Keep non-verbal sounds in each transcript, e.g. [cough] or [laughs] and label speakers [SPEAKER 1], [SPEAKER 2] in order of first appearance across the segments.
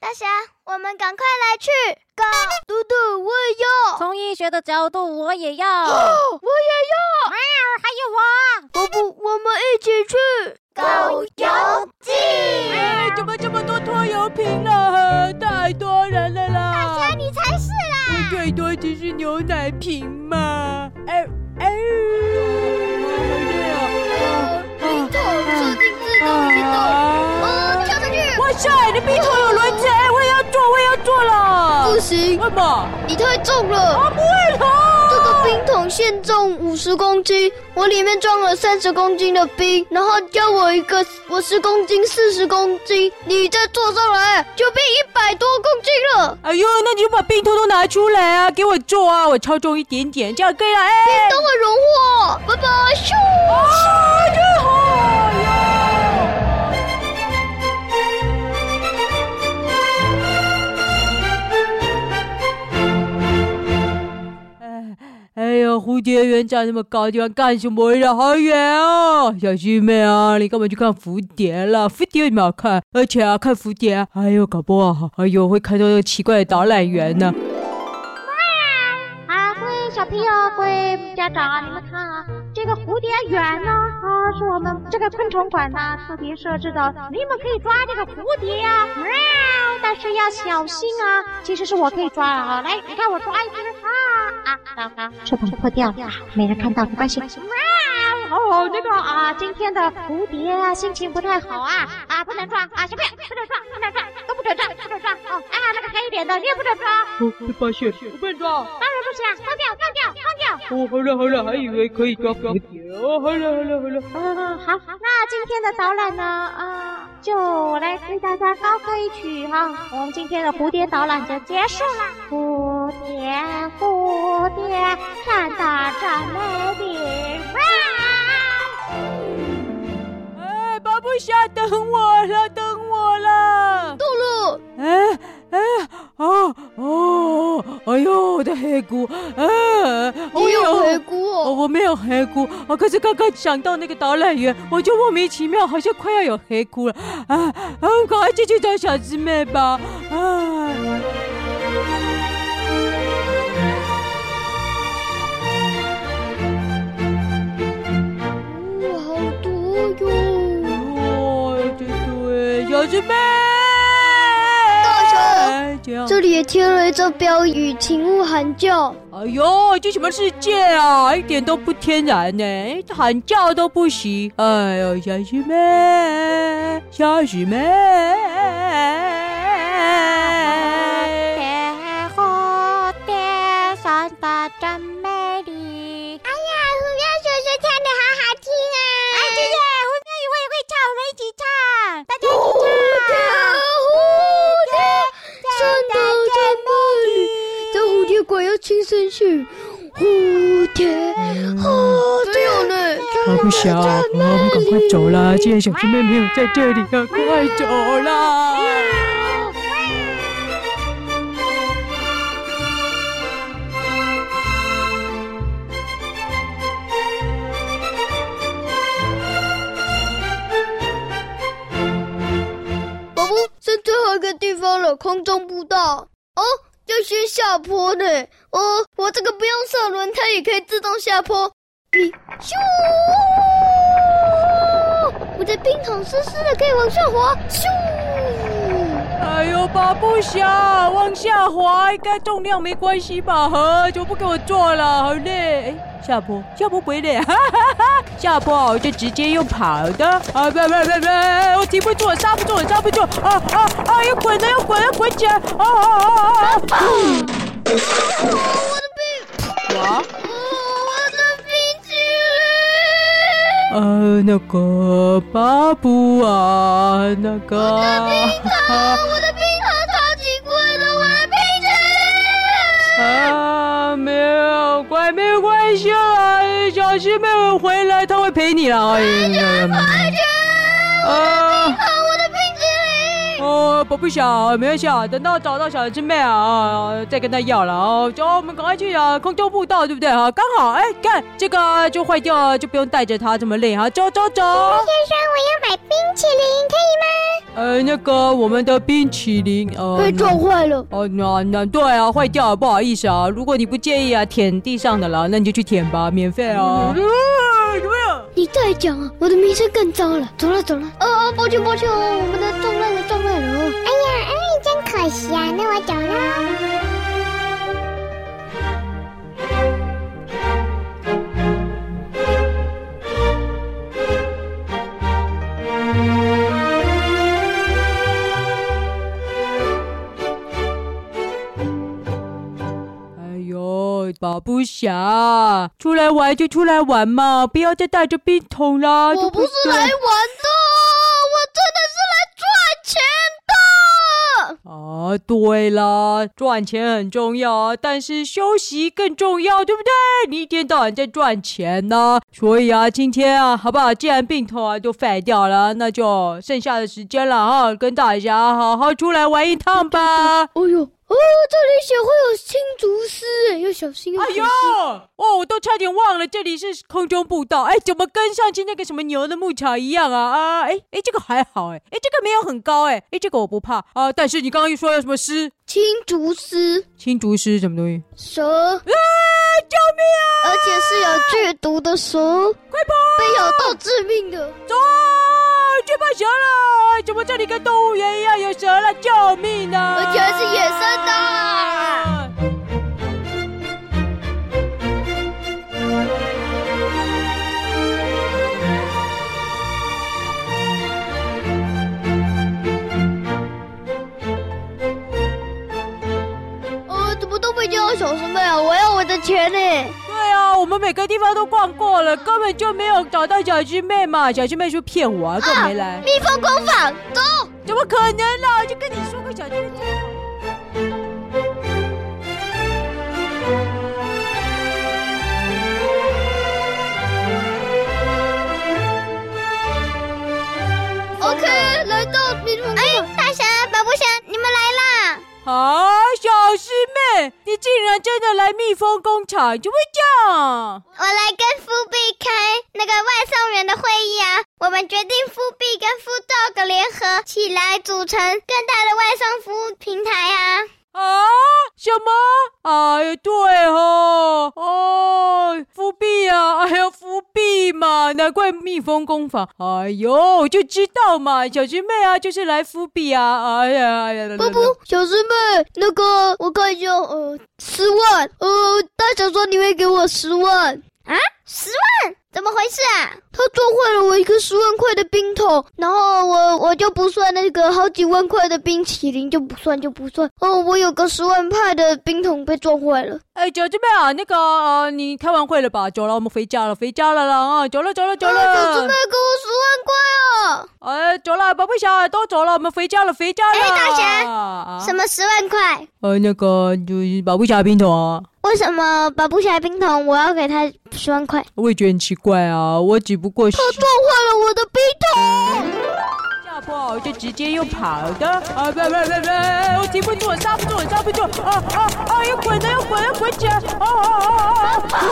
[SPEAKER 1] 大侠，我们赶快来去狗嘟嘟，我也要，
[SPEAKER 2] 从医学的角度，我也要。
[SPEAKER 3] 啊
[SPEAKER 1] 哦，我也要，
[SPEAKER 2] 还有
[SPEAKER 1] 我不，我们一起去
[SPEAKER 2] 狗游
[SPEAKER 1] 记。
[SPEAKER 3] 哎，怎么这么多拖油瓶了？太多人了啦！
[SPEAKER 1] 大侠，你才是啦！
[SPEAKER 3] 最多只是牛奶瓶嘛。哎哎，好累
[SPEAKER 1] 头设定自
[SPEAKER 3] 啊！啊！
[SPEAKER 1] 哦跳上去。
[SPEAKER 3] 哇塞，你鼻头有轮子！哎，我也要做，我也要做了。
[SPEAKER 1] 不行，
[SPEAKER 3] 为什么？
[SPEAKER 1] 你太重了。
[SPEAKER 3] 我不会
[SPEAKER 1] 这
[SPEAKER 3] 了。
[SPEAKER 1] 个冰桶限重五十公斤，我里面装了三十公斤的冰，然后叫我一个我十公斤、四十公斤，你再坐上来就变一百多公斤了。
[SPEAKER 3] 哎呦，那你就把冰头都拿出来啊，给我做啊，我超重一点点，这样可以了。哎，
[SPEAKER 1] 等我融化，拜拜，咻！
[SPEAKER 3] 啊，真好呀！哎哎呀，蝴蝶园长那么高的地方干什么呀？好远哦！小师妹啊，你干嘛去看蝴蝶了？蝴蝶有什么好看？而且啊，看蝴蝶啊，哎呦，搞不好，哎呦，会看到那个奇怪的导览员呢、
[SPEAKER 4] 啊，各位小朋友，各位家长啊，你们看啊，这个蝴蝶园呢，啊，是我们这个昆虫馆呢、特别设置的，你们可以抓这个蝴蝶呀、喵，但是要小心啊。其实是我可以抓了啊，来，你看我抓一只啊啊啊啊，翅膀破掉啊，没人看到没关系。喵，哦，那个啊，今天的蝴蝶啊，心情不太好啊，啊，不能抓啊，小朋友不能抓，不能抓，都不准抓，不准抓哦，啊，那个黑一点的你也不准抓，
[SPEAKER 3] 哦，被发现，我被抓。
[SPEAKER 4] 当然不行啊，放掉，放掉，放掉。
[SPEAKER 3] 哦，好了好了，还以为可以抓蝴蝶。哦，好了好了好了。
[SPEAKER 4] 嗯，好，那今天的导览呢，啊、就我来为大家高歌一曲哈、我们今天的蝴蝶导览就结束了。蝴蝶，蝴蝶，看到这美丽哇！
[SPEAKER 3] 哎，巴布侠，等我了，等我了！
[SPEAKER 1] 杜鲁，
[SPEAKER 3] 哎哎，哦哦，哎呦，我的黑菇！哎，我
[SPEAKER 1] 你有回顾
[SPEAKER 3] 哦，
[SPEAKER 1] 哦。
[SPEAKER 3] 我没有黑菇，哦，可是刚刚想到那个导览员，我就莫名其妙好像快要有黑菇了，啊啊，赶快进去找小师妹吧，啊。
[SPEAKER 1] 哇，好多哟！
[SPEAKER 3] 哦，对对，小师妹，
[SPEAKER 1] 大
[SPEAKER 3] 哎这样，
[SPEAKER 1] 这里也贴了一张标语，请勿喊叫。
[SPEAKER 3] 哎呦，这什么世界啊，一点都不天然呢，哎喊叫都不行。哎呦，小师妹，小师妹，
[SPEAKER 4] 蝶蝴蝶，散发着美丽。哎呀，蝴蝶叔叔唱的好好听啊！哎，姐姐，蝴蝶语我也会唱，我们一起唱，大家一起唱。
[SPEAKER 1] 蝴蝶上到在梦里，这蝴蝶果要轻声去。蝴蝶，哦，对哦呢，
[SPEAKER 3] 啊，不行啊，我们赶快走啦！既然小师妹没有在这里啊，快走啦！
[SPEAKER 1] 宝宝，剩最后一个地方了，空中步道。哦，要先下坡呢。哦，我这个不用上轮胎也可以自动下坡。你咻！我的冰桶湿湿的，可以往上滑。咻！
[SPEAKER 3] 哎呦，巴布侠，往下滑，应该重量没关系吧？呵，就不给我做了，好累。哎，下坡，下坡不会累， [laughs] 哈哈哈！下坡啊我就直接用跑的。啊，不不不不，我停不住，我刹不住，我刹不住，啊啊啊！要滚了，要滚了，滚起来！啊啊啊啊啊！哇，
[SPEAKER 1] 哦，我的冰淇淋！
[SPEAKER 3] 呃，那个巴布啊，那个。
[SPEAKER 1] 啊，我的冰糖超级贵的，我的冰淇淋！
[SPEAKER 3] 啊，没有关，没有关系啦，小师妹我回来，她会陪你啦。哎呀，
[SPEAKER 1] 而且
[SPEAKER 3] 啊，
[SPEAKER 1] 啊，我的冰淇淋！
[SPEAKER 3] 哦哦，我不想，没关系啊，等到找到小师妹啊啊，再跟她要了啊。走，我们赶快去啊，空中步道对不对啊？刚好，哎，看这个啊就坏掉了，就不用带着它这么累啊。走走走，
[SPEAKER 5] 先生，我要买冰淇淋，可以吗？
[SPEAKER 3] 呃，那个我们的冰淇淋，呃，
[SPEAKER 1] 被撞坏了。
[SPEAKER 3] 哦，那那对啊，坏掉了，不好意思啊。如果你不介意啊，舔地上的啦，那你就去舔吧，免费哦。
[SPEAKER 1] 你再讲啊，我的名声更糟了。走了走了，哦哦，抱歉抱歉哦，我们的撞烂了撞烂了哦。
[SPEAKER 5] 哎呀，哎，真可惜啊，那我走了。
[SPEAKER 3] 哎呦，保不侠，出来玩就出来玩嘛，不要再带着冰桶啦。对
[SPEAKER 1] 我不是
[SPEAKER 3] 对
[SPEAKER 1] 来玩的，我真的是来赚钱的。
[SPEAKER 3] 啊，对啦，赚钱很重要啊，但是休息更重要，对不对？你一天到晚在赚钱呢、所以啊，今天啊，好不好？既然病痛啊都废掉了，那就剩下的时间了哈，跟大家好好出来玩一趟吧。
[SPEAKER 1] 哎呦，哦，这里写会有青竹丝，哎要小心啊！
[SPEAKER 3] 哎呦，哦，我都差点忘了，这里是空中步道。哎，怎么跟上次那个什么牛的牧场一样啊？啊，哎哎，这个还好哎，哎，这个没有很高哎，哎，这个我不怕啊。但是你刚刚又说有什么狮，
[SPEAKER 1] 青竹丝
[SPEAKER 3] 青竹狮什么东西？
[SPEAKER 1] 蛇，而
[SPEAKER 3] 哎，救命啊！
[SPEAKER 1] 且是有剧毒的蛇，快跑！被咬到致命的。
[SPEAKER 3] 走啊，去怕蛇了！怎么这里跟动物园一样有蛇了？救命啊！
[SPEAKER 1] 而且还是野生的。呃，怎么都没见到小师妹啊？我要我的钱呢！
[SPEAKER 3] 对啊，我们每个地方都逛过了，根本就没有找到小师妹嘛！小师妹说骗我、啊，更没来，
[SPEAKER 1] 蜜蜂工坊，走。
[SPEAKER 3] 怎么可能啦、就跟你说过小师妹。
[SPEAKER 1] OK，来到蜜蜂工坊。
[SPEAKER 5] 哎大侠、宝不侠，你们来啦！
[SPEAKER 3] 啊，小师妹，你竟然真的来蜜蜂工厂，怎么这样？
[SPEAKER 5] 我来跟夫币开那个外送员的会议啊！我们决定夫币跟夫 dog 联合起来，组成更大的外送服务平台啊！
[SPEAKER 3] 啊？什么？哎呀，对哦，哦，伏笔啊，哎呀，伏笔嘛，难怪蜜蜂工坊。哎呦，我就知道嘛，小师妹啊，就是来伏笔啊。哎呀，哎呀，
[SPEAKER 1] 不不，小师妹，那个我看一下，呃，十万，呃，大侠说你会给我十万，
[SPEAKER 5] 啊十万，怎么回事啊？
[SPEAKER 1] 他撞坏了我一个十万块的冰桶，然后我我就不算那个好几万块的冰淇淋，就不算就不算。哦，我有个十万派的冰桶被撞坏了，
[SPEAKER 3] 哎，小师妹啊，那个、呃，你开完会了吧？走了，我们回家了，回家了啦啊，走了，走了，走
[SPEAKER 1] 啊，小师妹
[SPEAKER 3] 了。
[SPEAKER 1] 给我十万块
[SPEAKER 5] 哦
[SPEAKER 1] 啊！
[SPEAKER 3] 哎，走了，宝贝小都走了，我们回家了，回家了。
[SPEAKER 5] 哎大侠
[SPEAKER 3] 侠
[SPEAKER 5] 什么十万块？
[SPEAKER 3] 呃，那个就是宝贝小冰桶啊。
[SPEAKER 5] 为什么保不侠冰桶我要给他十万块？
[SPEAKER 3] 我也觉得很奇怪啊，我只不过是
[SPEAKER 1] 撞坏了我的冰桶。
[SPEAKER 3] 吓破就直接又跑的啊！不不不不，我停不住，我刹不住，我刹不住啊啊啊！又滚了，又滚了，滚起来！啊啊啊啊！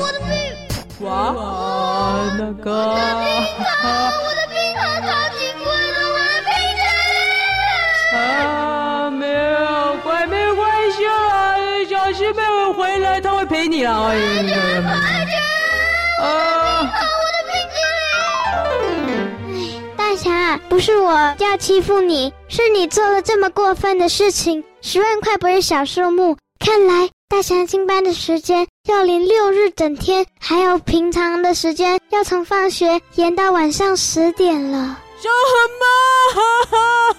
[SPEAKER 1] 我的冰，
[SPEAKER 3] 哇，啊那个啊
[SPEAKER 1] 我的冰桶超级贵了，我的冰桶。
[SPEAKER 3] 啊，没有关，没有关系啦，小师妹会回来，她会陪你啦。哎啊！
[SPEAKER 5] [laughs] 大侠，不是我要欺负你，是你做了这么过分的事情。十万块不是小数目，看来大侠进班的时间要连六日整天，还有平常的时间要从放学延到晚上十点了。
[SPEAKER 3] 什么？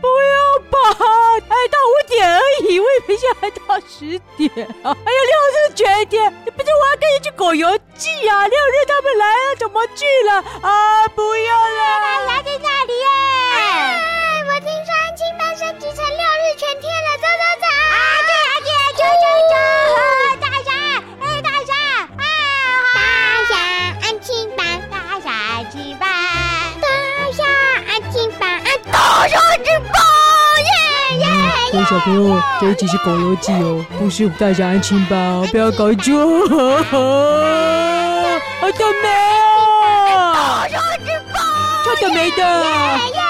[SPEAKER 3] 不要吧！哎，到五点而已，我以为现在到十点啊！哎呀，六日全天，不是我要跟你去狗游记啊！六日他们来了，怎么去了？啊，不要了！
[SPEAKER 5] 在那里耶！哎，我听说安亲班升级成六日全天了，走走走！啊，对啊对啊，走走走！大侠，哎大侠，啊！大侠安亲班，大侠安亲班，大侠
[SPEAKER 3] 哦，小朋友，这一集是狗游记哦，不是大侠安亲班哦，不要搞错。哎啊 [laughs] 奥特曼，超倒霉的。